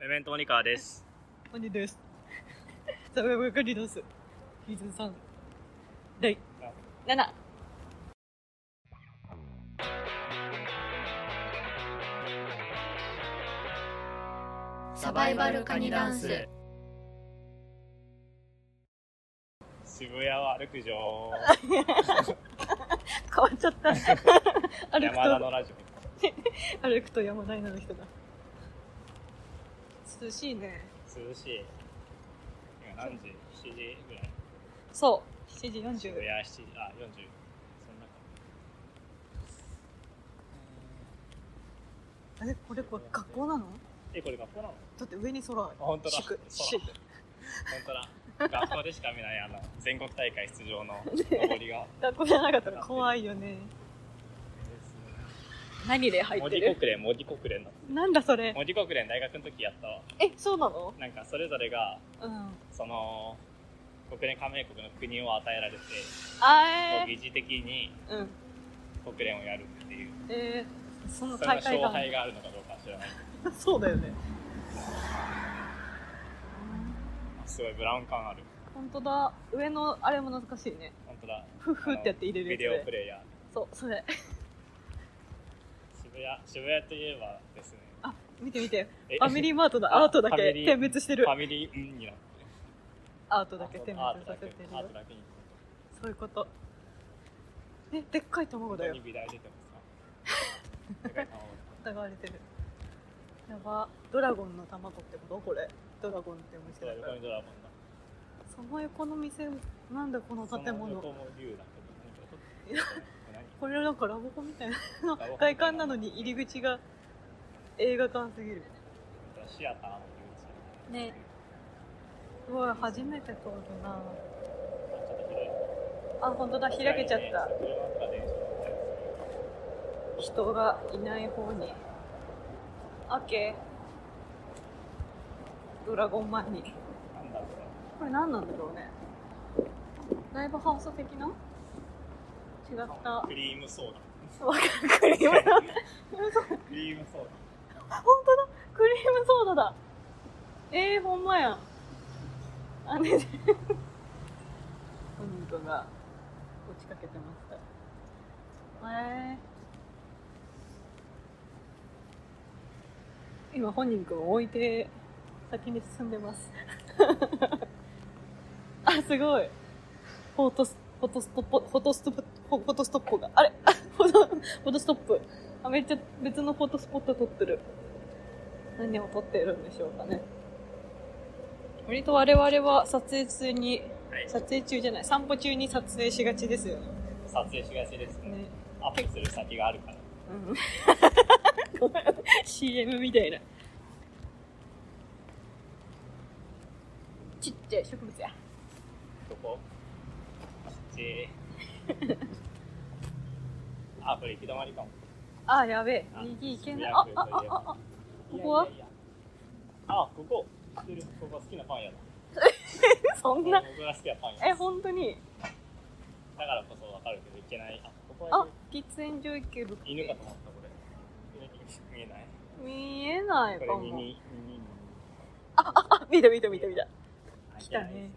メメントモニカーです。鬼です。サバイバルカリダス。シーズン3。第7。サバイバルカニダンス。渋谷を歩く上、 変わっち ゃった。歩山田くのラジと、歩くと山ないなの人だ。涼しいね。オ。涼しい。今何時 ?7 時ぐらい。そう。7時渋40谷。7時、あ、40。そんなあれこれこれ学校なのえ、これ学校なのあ、だって上に空。あ本当だ。宿そう宿本当だ。学校でしか見ない、あの、全国大会出場の上りが。学校じゃなかったら怖いよね。何で入っモてディる国連、モディ国連だ。なんだそれ。モディ国連大学の時やったわ。え、そうなのなんかそれぞれが、うん。その、国連加盟国の国を与えられて、こあうー疑似的にうん。国連をやるっていう。えー、そのそれの大会勝が。敗があるのかどうかは知らない。 そうだよね。すごいブラウン感ある。本当だ。上のあれも懐かしいね。本当だ。ふふってやって入れるビやつデオでプ。レイヤー。そう、それ。渋谷、渋谷といえばですね。あ、見て見て。えファミリーマートだ。あアートだファけミリー点滅してるファ。ミリー、うんになってる。アートだけ点ア滅ートさだせてけるよアートだけに。そういうこと。え、でっかい卵本だ当よに。美大出てますか。 疑われてる。やば。ドラゴンの卵ってことこれ。ドラゴンっておそう店だ、だ横からに。ドラゴンだ。その横の店、なんだこのその建物。横も竜だけど、何ここれなんかラボコみたいなボコみたいな 外観なのに入り口が映画館すぎる。れ何シアターの誘致。ねすごい初めて通るちなょっと広い。あ本当だ開けちゃった車とか電車とか人がいない方にオッケードラゴン前になんだろうな。これ何なんだろうねライブハウス的な違ったクリームソーダ。わかるクリームソーダクリームソーダ。本当だクリームソーダだええー、ほんまやんあれで うんこが落ちかけてましたえー、今本人くんを置いて先に進んでます あすごいフォトスフォトストップフォトストップフォトストップがあれ あフォトフォトストップあめっちゃ別のフォトスポット撮ってる何を撮ってるんでしょうかね割と我々は撮影中にはい。撮影中じゃない散歩中に撮影しがちですよね撮影しがちですね。ねアップする先があるから。うん CM みたいなちっちゃい植物やどこちっち ぇあ、これ行き止まりかも。あやべえあ右行けない渋谷あ区あといえばあああここはやいいやいやあ、ここ。知ってるここ好きなパン屋だ。そん僕なが好きなパン屋。えだ本当にからこそわかるけど、行けない。あ、ここあは喫煙所行ける犬かと思った、これ。犬に見えない見えなこいかれも耳、耳に。あ見た見た見た見たあ来たね。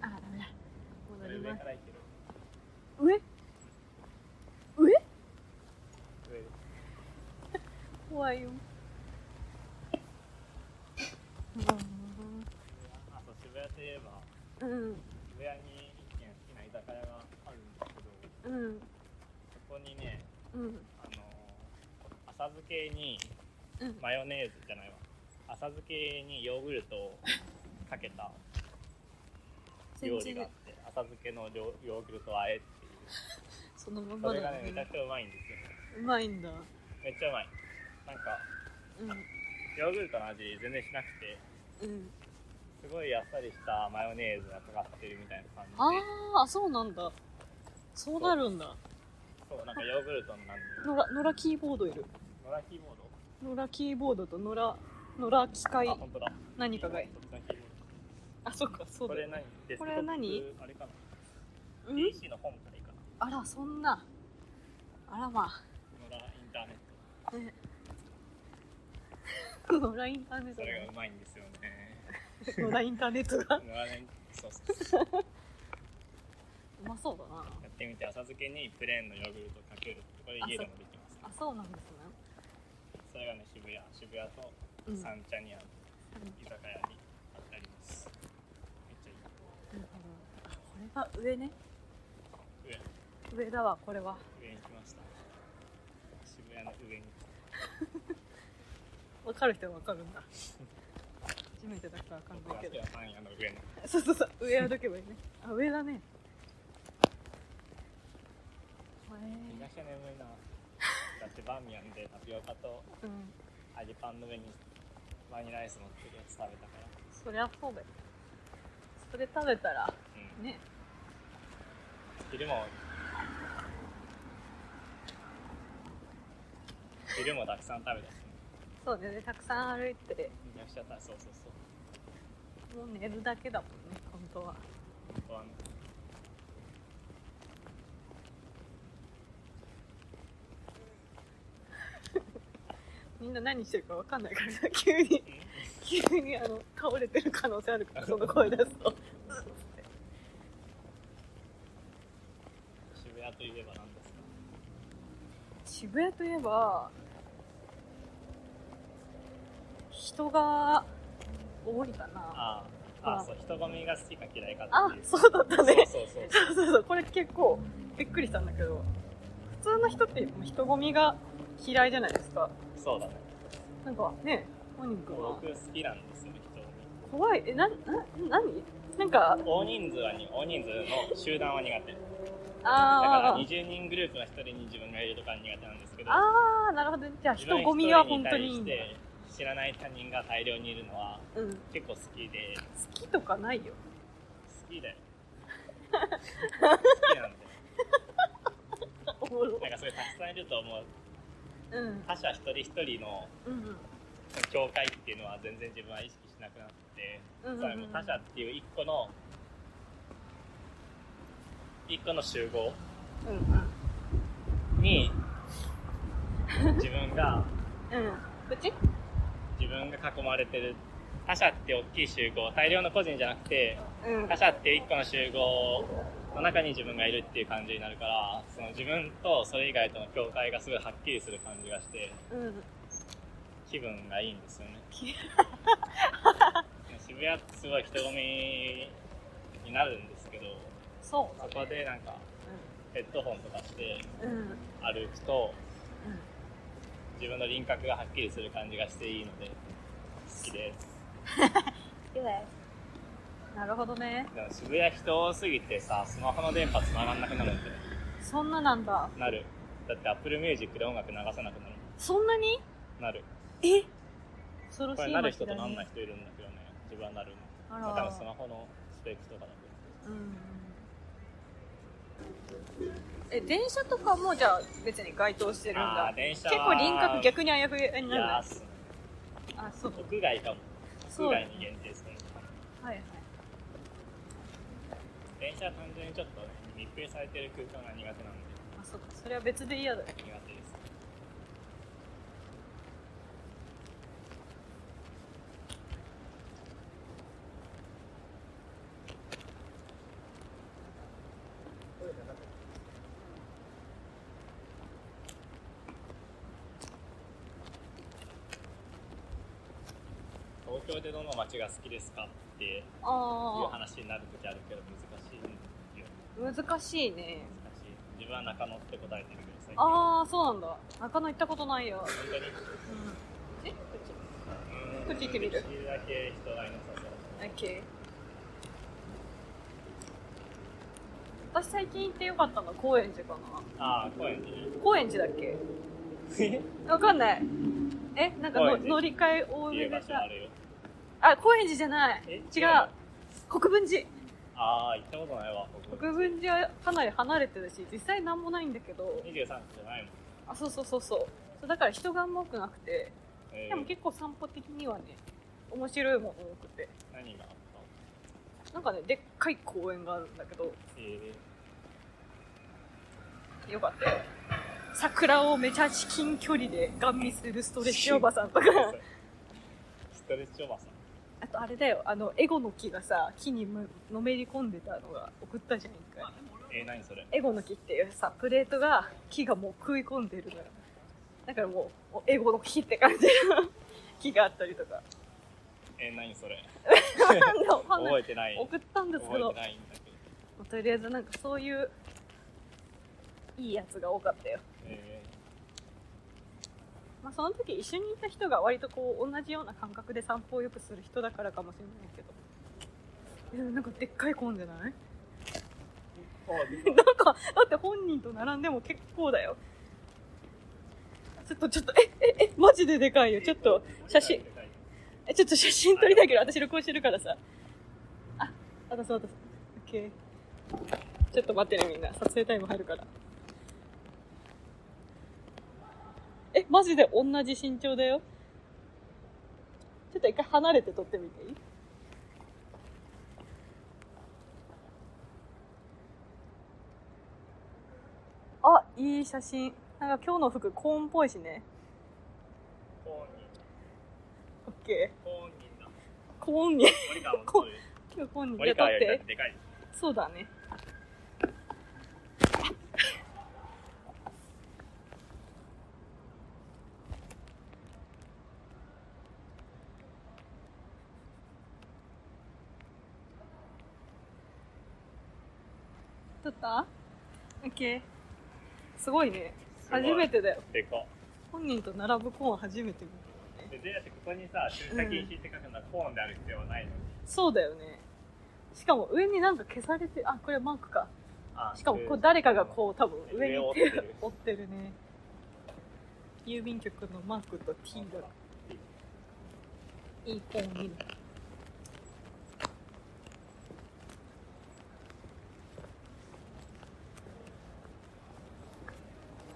あダメだ行け戻ないりですこれ上ますから行ける。上上上です怖いよ。あと渋谷といえば、うん、渋谷に一軒好きな居酒屋があるんですけど、うん、そこにね、うん。あの浅漬けにうんマヨネーズじゃないわ浅漬けにヨーグルトをかけ た料理があって浅漬けのヨーヨーグルトあえっていうそのまそまれだがねめちゃね。くちゃうまいんですようまいんだ。めっちゃうまいなんかうヨーグルトの味全然しなくてん、うん。すごいやっさりしたマヨネーズがかかってるみたいな感じあでーあ、そうなんだ。そうなるんだ。そうなんかヨーグルトのなんていう野良、野良キーボードいる。の野良キーボード野良キーボードと野良、野良機械あ本当だ何かがいる。こっちのキーボードあ、そっか、そうこだれよね。何デスクトップこれは何あれかなうん DC の本体かなあら、そんな。あらま 野良インターネットあ。ねそうラインターネッそトれがうまいんですよね。そうラインターネットがうまいそうそうそううまそうだなやってみて浅漬けにプレーンのヨーグルトかけるこれ家でもできますあそうなんですねそれがね渋谷渋谷とうんなる三茶にある居酒屋にあってありますめっちゃいいほどあこれが上ね上上だわこれは上に来ました渋谷の上にわかる人はわかるんだ初めてだからわかん僕はないけどパン屋の上のそうそうそう、上歩けばいいね。 あ、上だね。へ東は眠いなだってバーミヤンでタピオカとえうん、揚げパンの上にバニラアイス乗ってるやつ食べたからそりゃそうだよ。それ食べたら、うんね、昼も昼もたくさん食べたしそうね、でたくさん歩いて、めちゃくちゃたそうそうそうもう寝るだけだもんね、本当は。本当はねみんな何してるかわかんないからさ、急に、急にあの、倒れてる可能性あるから、その声出す と。渋谷といえば何ですか渋谷といえば、人が多いかな。あああああそう人混みが好きか嫌いかあっていう、そうだったね。そうそうそうそうそうそう、これ結構びっくりしたんだけど、普通の人って人混みが嫌いじゃないですか。そうだねなんかね、モニ君は僕。好きなんですよ人混み怖い、え、な、な、なになんか、大人数はに大人数の集団は苦手だからあー、 20人グループの1人に自分がいるとか苦手なんですけどあー、なるほどね。じゃあ自人分混みは本当にいい一人んにだ。対して知らない他人が大量にいるのはうん。好結構好きできとかないよ。好きだ よ好きなんでおもろなんかそれたくさんいると思ううん。他者一人一人のうん。境界っていうのは全然自分は意識しなくなってうんうんうんそれも他者っていう一個の一個の集合うん。 に自分がうん。うん。こっち自分が囲まれてる他者って大きい集合大量の個人じゃなくてうん他。者っていう一個の集合の中に自分がいるっていう感じになるからその自分とそれ以外との境界がすごいはっきりする感じがしてうん。気分がいいんですよね渋谷ってすごい人混みになるんですけどそうだそね。こでなんかヘッドホンとかしてうん。うん。うん。歩くと自分の輪郭がはっきりする感じがしていいので好きですなるほどね。でも渋谷人多すぎてさスマホの電波つながんなくなるんだよそんななんだ。なるだって Apple Music で音楽流さなくなるそんなになるえ恐ろしいこれなる人となんない人人いるんだけどね自分はなるのあまあ多分スらマホのスペックとかだとうんえ電車とかもじゃあ別に該当してるんああだー電車結は構輪郭逆にあやふやいになるやなーすあそう屋外かもそう屋外に限定するはいはい電車は単純にちょっとね密閉されてる空間が苦手なんであそうかそれは別で嫌だ苦手です東京でどの街が好きですかっていうあ話になるときあるけど難しいよあ難しいね難しい自分は中野って答えてるけど最近本ああそうなんだ中野行ったことないよ、当にうん、えこっちここっち行ってみるだけ人がいなさそう。 OK 私最近行ってよかったのは高円寺かなああ、高円寺高円寺だっけね。わかんない。え、なんか高の円寺乗り換え多っていめう場で所あさ。るよ。あ、高円寺じゃない。え違う違うの。国分寺。ああ、行ったことないわ。僕国分寺はかなり離れてるし、実際なんもないんだけど。 23区じゃないもん。あ、そうそうそうそう。そうだから人があんま多くなくて、えーでも結構散歩的にはね、面白いもの多くて。何があったなんかね、でっかい公園があるんだけど、えよかったよ。桜をめちゃ至近距離でガン見するストレッチおばさんとか、トレッチおばさん。 あとあれだよ、あの、エゴの木がさ、木にむのめり込んでたのが送ったじゃん、一回。えー、何それエゴの木っていうさ、プレートが、木がもう食い込んでるのよ。だからもう、おエゴの木って感じの 木があったりと か。えー、何それなんだ、わかんな覚い。えてない。送ったんですけ覚えどて、ないんだけど。とりあえずなんかそういう、いいやつが多かったよ。えまあその時一緒にいた人が割とこう同じような感覚で散歩をよくする人だからかもしれないけど。いや、なんかでっかいコーンじゃない ー、あでなんか、だって本人と並んでも結構だよ。ちょっとちょっと、え、え、え、マジででかいよ。ちょっと写真、。え、ちょっと写真撮りたいけど、私録音してるからさ。あ、私私。オッケー。ちょっと待ってね、みんな。撮影タイム入るから。え、マジで同じ身長だよ。ちょっと一回離れて撮ってみていいあ、いい写真。なんか今日の服コーンっぽいしね。公オッケ認、公認だ。ー。コーンに、森川もそうです。今日コーンに森出た川っよりだってて。でかい。そうだね。撮った ?OK。すごいね。すごい初め。てだよ。でか。本人と並ぶコーン初めて見た。で、で、だってここにさ、駐車禁止って書くのはコーンである必要はないのに。そうだよね。しかも上になんか消されて、あ、これマークか。あしかもこう誰かがこう多分上に上を手折ってるを折ってるね郵便局のマークと T がいい子を見る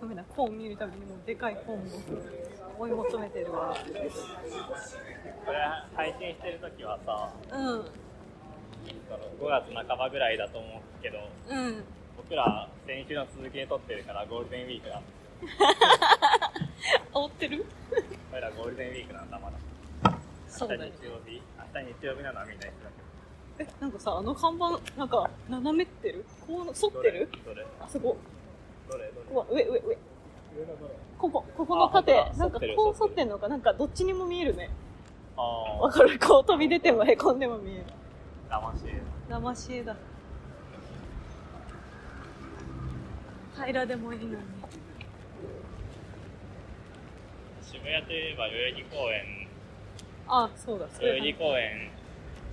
ダメだコーン見るためにもうでかいコーンを追い求めてるわこれ配信してる時はさうん5月半ばぐらいだと思うけどうん僕ら先週の続きで撮ってるからゴールデンウィークなんだ煽ってる俺らゴールデンウィークなんだまだそ明うだ日よね日曜日明日日曜日なのはみんな一緒だえなんかさあの看板なんか斜めってるこう反けどってるどれあそこどれどうれわ上上上上のどれここ、ここのあ縦本、当だなんかこう反ってんのか、なんかどっちにも見えるね。あわかるこう飛び出ても凹んでも見える。あ騙し生し絵だ。平らでもいいのに。渋谷といえば代々木公園あ、そうだ、そ代々れ木。公園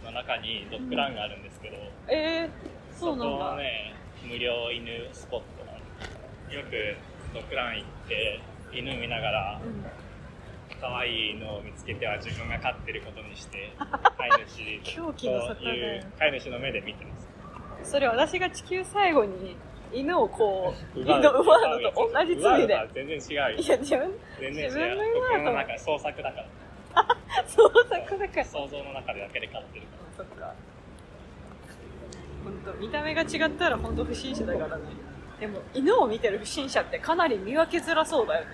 の中にドッグランがあるんですけど、えー、そそうこなんはだ。ね無料犬スポットなんですよくドッグラン行って犬見ながらうん可愛い犬を見つけては自分が飼ってることにして 飼い主狂気のと魚だいよう飼い主の目で見てますそれ私が地球最後に犬をこう、犬 奪うを奪うのと同じ奪罪で。うのは全然違ういよや、自分、全然違自分うの今僕だとの中創作だから創作だから。想像の中でだけで飼ってるかそっか。本当見た目が違ったら本当不審者だからね。でも犬を見てる不審者ってかなり見分けづらそうだよね。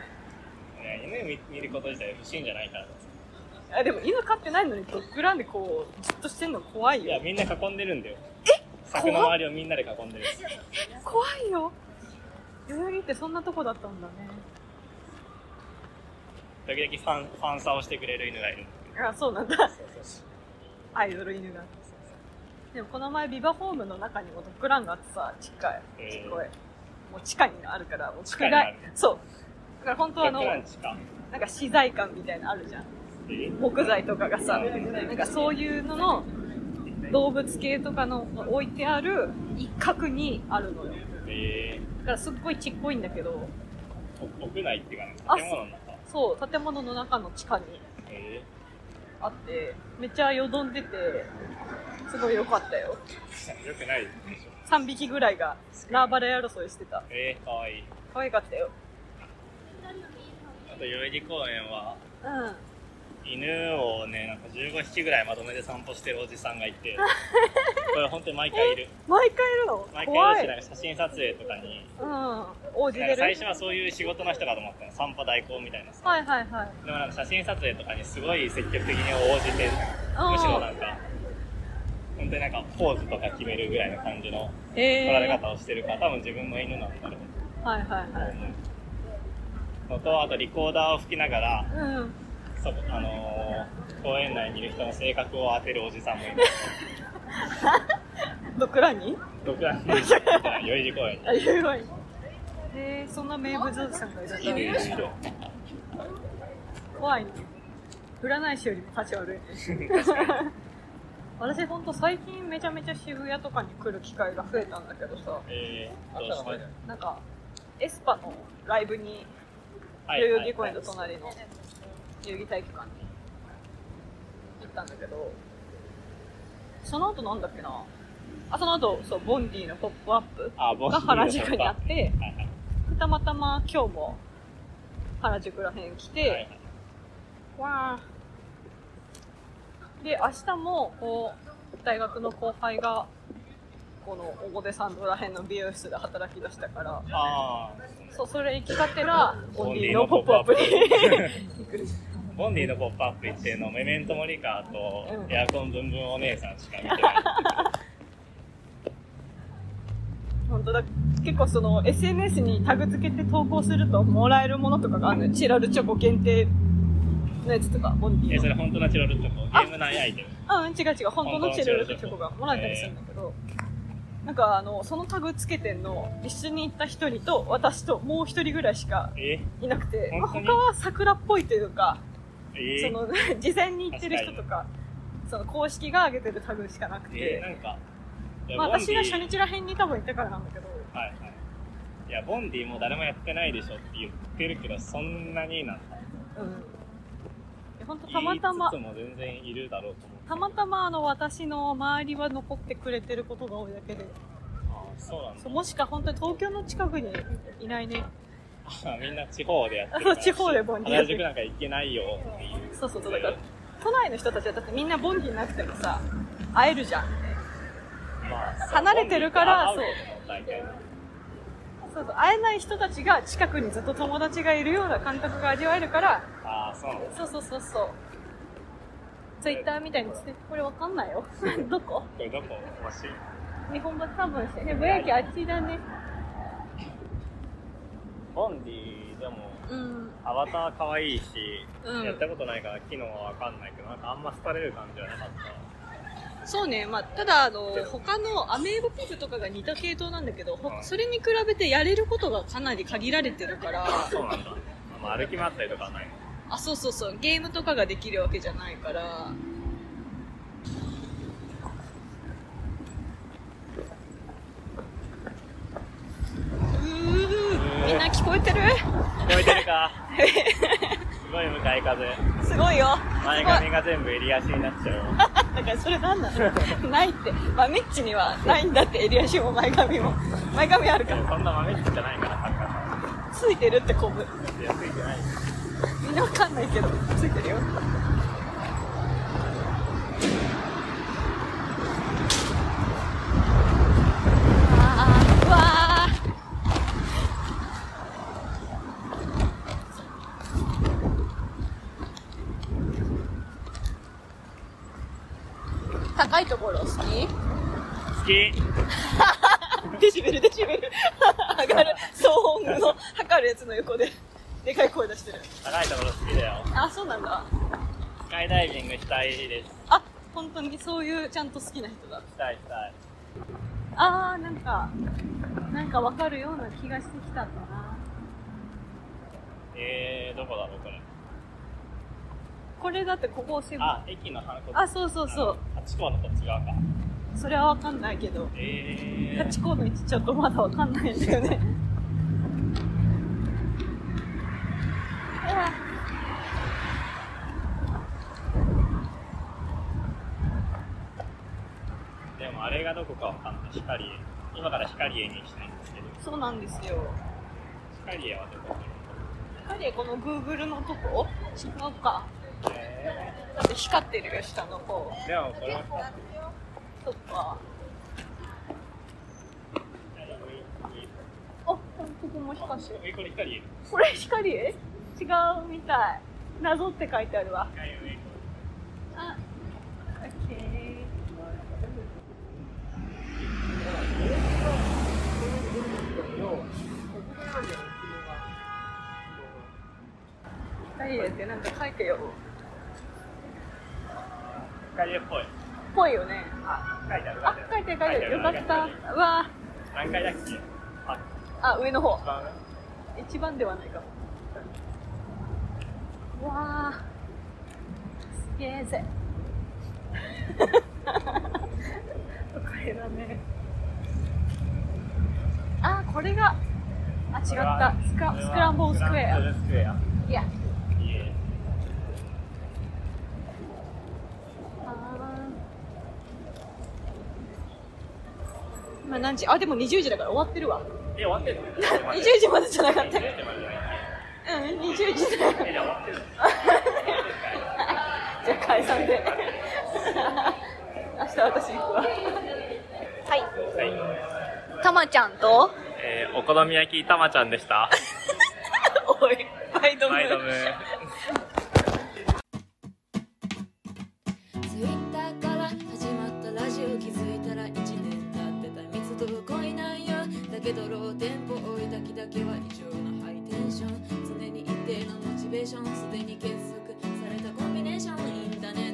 ら、ね、犬見見ること自体不審じゃないからですあでも犬飼ってないのにドッグランでこうじっとしてんの怖いいやよ。みんな囲んでるんだよ柵の周りをみんなで囲んでるんです怖いよ。代々木ってそんなとこだったんだね。時々ファンファンサをしてくれる犬がいるあそうなんだ。そうそうそうアイドル犬が。でもこの前ビバホームの中にもドッグランがあってさ、ちっかい。えちーっこい。もう地下にあるから、もう地下にあるそう。だから本当ドはあッのグ、ランチかなんか資材館みたいなのあるじゃん。木材とかがさ、なんかそういうのの動物系とかの置いてある一角にあるのよ。えだからすっごいちっこいんだけど、ー、屋内っていうかあね建物の中そう、建物の中の地下にえあって、めっちゃよどんでて、すごい良かったよ。ー、 よくないでしょ3匹ぐらいがラーバレ争いしてた。えー、かわいい可愛かったよ。あと代々木公園はうん。犬をねなんか15匹ぐらいまとめて散歩してるおじさんがい てこれ本当に毎回いる毎回いるの毎回いる怖しい。なんか写真撮影とかにうん。応じなんかて最る初はそういう仕事の人かと思ったの散歩代行みたいなさはいはいはい。でもなんか写真撮影とかにすごい積極的に応じてむしろなんか本当になんかポーズとか決めるぐらいの感じのえ取られー。方をしてるから多分自分も犬なんだろうはいはいはい。のとあとリコーダーを吹きながらうん。そあのー公園内にいる人の性格を当てるおじさんもいるどくらに僕は代々木公園あ、言うわい。えー、そんな名物おじさんがいるんにいるいだるいる怖いね。占い師よりも価値悪い ね。私ほんと最近めちゃめちゃ渋谷とかに来る機会が増えたんだけどさ、えー、どうしてはいなんか、エスパのライブに、はい代々木公園のはい隣の代々木体育館に行ったんだけど、その後なんだっけな、あ、その後、そう、ボンディのポップアップあボンデがィの原宿にあって、はいはいたまたま今日も原宿らへん来て、はいはいわーで明日もこう大学の後輩がこの表参道らへんの美容室で働き出したからあそうそれ行きがてらボボンンデディィののポポッップアップアッププににーボンディのポップアップ行ってのメメントモリカーとうんエアコンブンブンお姉さんしか見てない 本当だ結構その SNS にタグ付けて投稿するともらえるものとかがあるのよチラルチョコ限定のやつとかボンデえィそのれ本当ナチュラルチョコゲーム内アイテムあうん違う違う本当のチラルチョコがもらえたりするんだけど、なんかあのそのタグつけてんの一緒に行った一人と私ともう一人ぐらいしかえいなくて、まあ、本当に他は桜っぽいというか、えその事前に行ってる人とかその公式が上げてるタグしかなくえて、なんかまあ、ボンデ私ィが初日らへんに多分行ったからなんだけどはいはい。いや、ボンディも誰もやってないでしょって言ってるけど、そんなになんだ。うん本当たまたま言いつつも全然いるだろうと思う。たまたまあの私の周りは残ってくれてることが多いだけであそうなんだそうもしか本当に東京の近くにいないね。あみんな地方でやってるから。 地方でボンディや原って宿るなんか行けないよっていう。そうそうそうだから都内の人たちはだってみんなボンディなくてもさ会えるじゃんまあそう離れてるからボンディって会うよ大体。そうそう会えない人たちが近くにずっと友達がいるような感覚が味わえるからああ、そうなんだ。そうそうそうそう。ツイッターみたいにして、これわかんないよ。 どここれどこ欲しい日本橋多分して。ね、ブレーキあっちだね。ボンディでも、うん。アバター可愛いし、うんやったことないから機能はわかんないけど、なんかあんま好かれる感じはなかった。そうね、まあ、ただ、あの、他のアメーバピグとかが似た系統なんだけど、ほそれに比べてやれることがかなり限られてるから、そうなんだ。まあ、歩き回ったりとかはないの。あ、そうそうそう、ゲームとかができるわけじゃないから、うーみんな聞こえてる聞こ えてるかすごい向かい風。すごい よ。前髪が全部襟足になっちゃうよ。だ からそれなんなのないって、まあ、ミッチにはないんだって襟足も前髪も前髪あるでかもらそんな豆っちじゃないから、サッカーついてるってこぶさん。安いじゃない。みんなわかんないけどついてるよあーうわー高いところ好き好きデシベル、デシベル。 上がる。騒音の測るやつの横で、でかい声出してる。高いところ好きだよ。あ、そうなんだ。スカイダイビングしたいです。あ、本当にそういうちゃんと好きな人だ。したいしたい。あー、なんか、なんかわかるような気がしてきたんだな。えー、どこだろう、これ。これだってここ渋谷。あ、駅の花子。あ、そうそうそう。あ。あっちこうのと違うか。それはわかんないけど。えハー。チ公の位置ちょっとまだわかんないんだよね。 うわでもあれがどこかわかんない。光栄。今から光栄に行きたいんですけど、そうなんですよ。光栄はどこやっぱりこの Google のとこ違うか。えだって光ってるよ、下の方。ーでもこれはそっか。光いいいいあ、ここも光ってる。えこれ光いるこれ光違うみたい。謎って書いてあるわ。光いるあ、オッケー。光ってなんか書いてよ。光っぽいぽいよね。あ書いてあるあ、書いてる書いてある。よかった。うわ何回だっけああ、上の方一。番上一番ではないかも。うわあ、すげえぜ。 これだね。あー、これが。あ、違っこれはた。スこカれはスクランボールスクエスア。クランブルスクエアいや。いえあー今何時あ、でも20時だから終わってるわ。え終わってんの20時までじゃなかったっけ20時までじゃないうん、20時 だよ。えじゃあ終わってるのじゃあ解散で。 明日私行くわ。はい。はいたまちゃんと。えーお好み焼きたまちゃんでした おい、バイドム。はいどうもツイッターから始まったラジオ気づいたら1年経ってた密度が濃いなんよだけどローテンポ追いだきだけは異常なハイテンション常に一定のモチベーションすでに結束されたコンビネーションインターネッ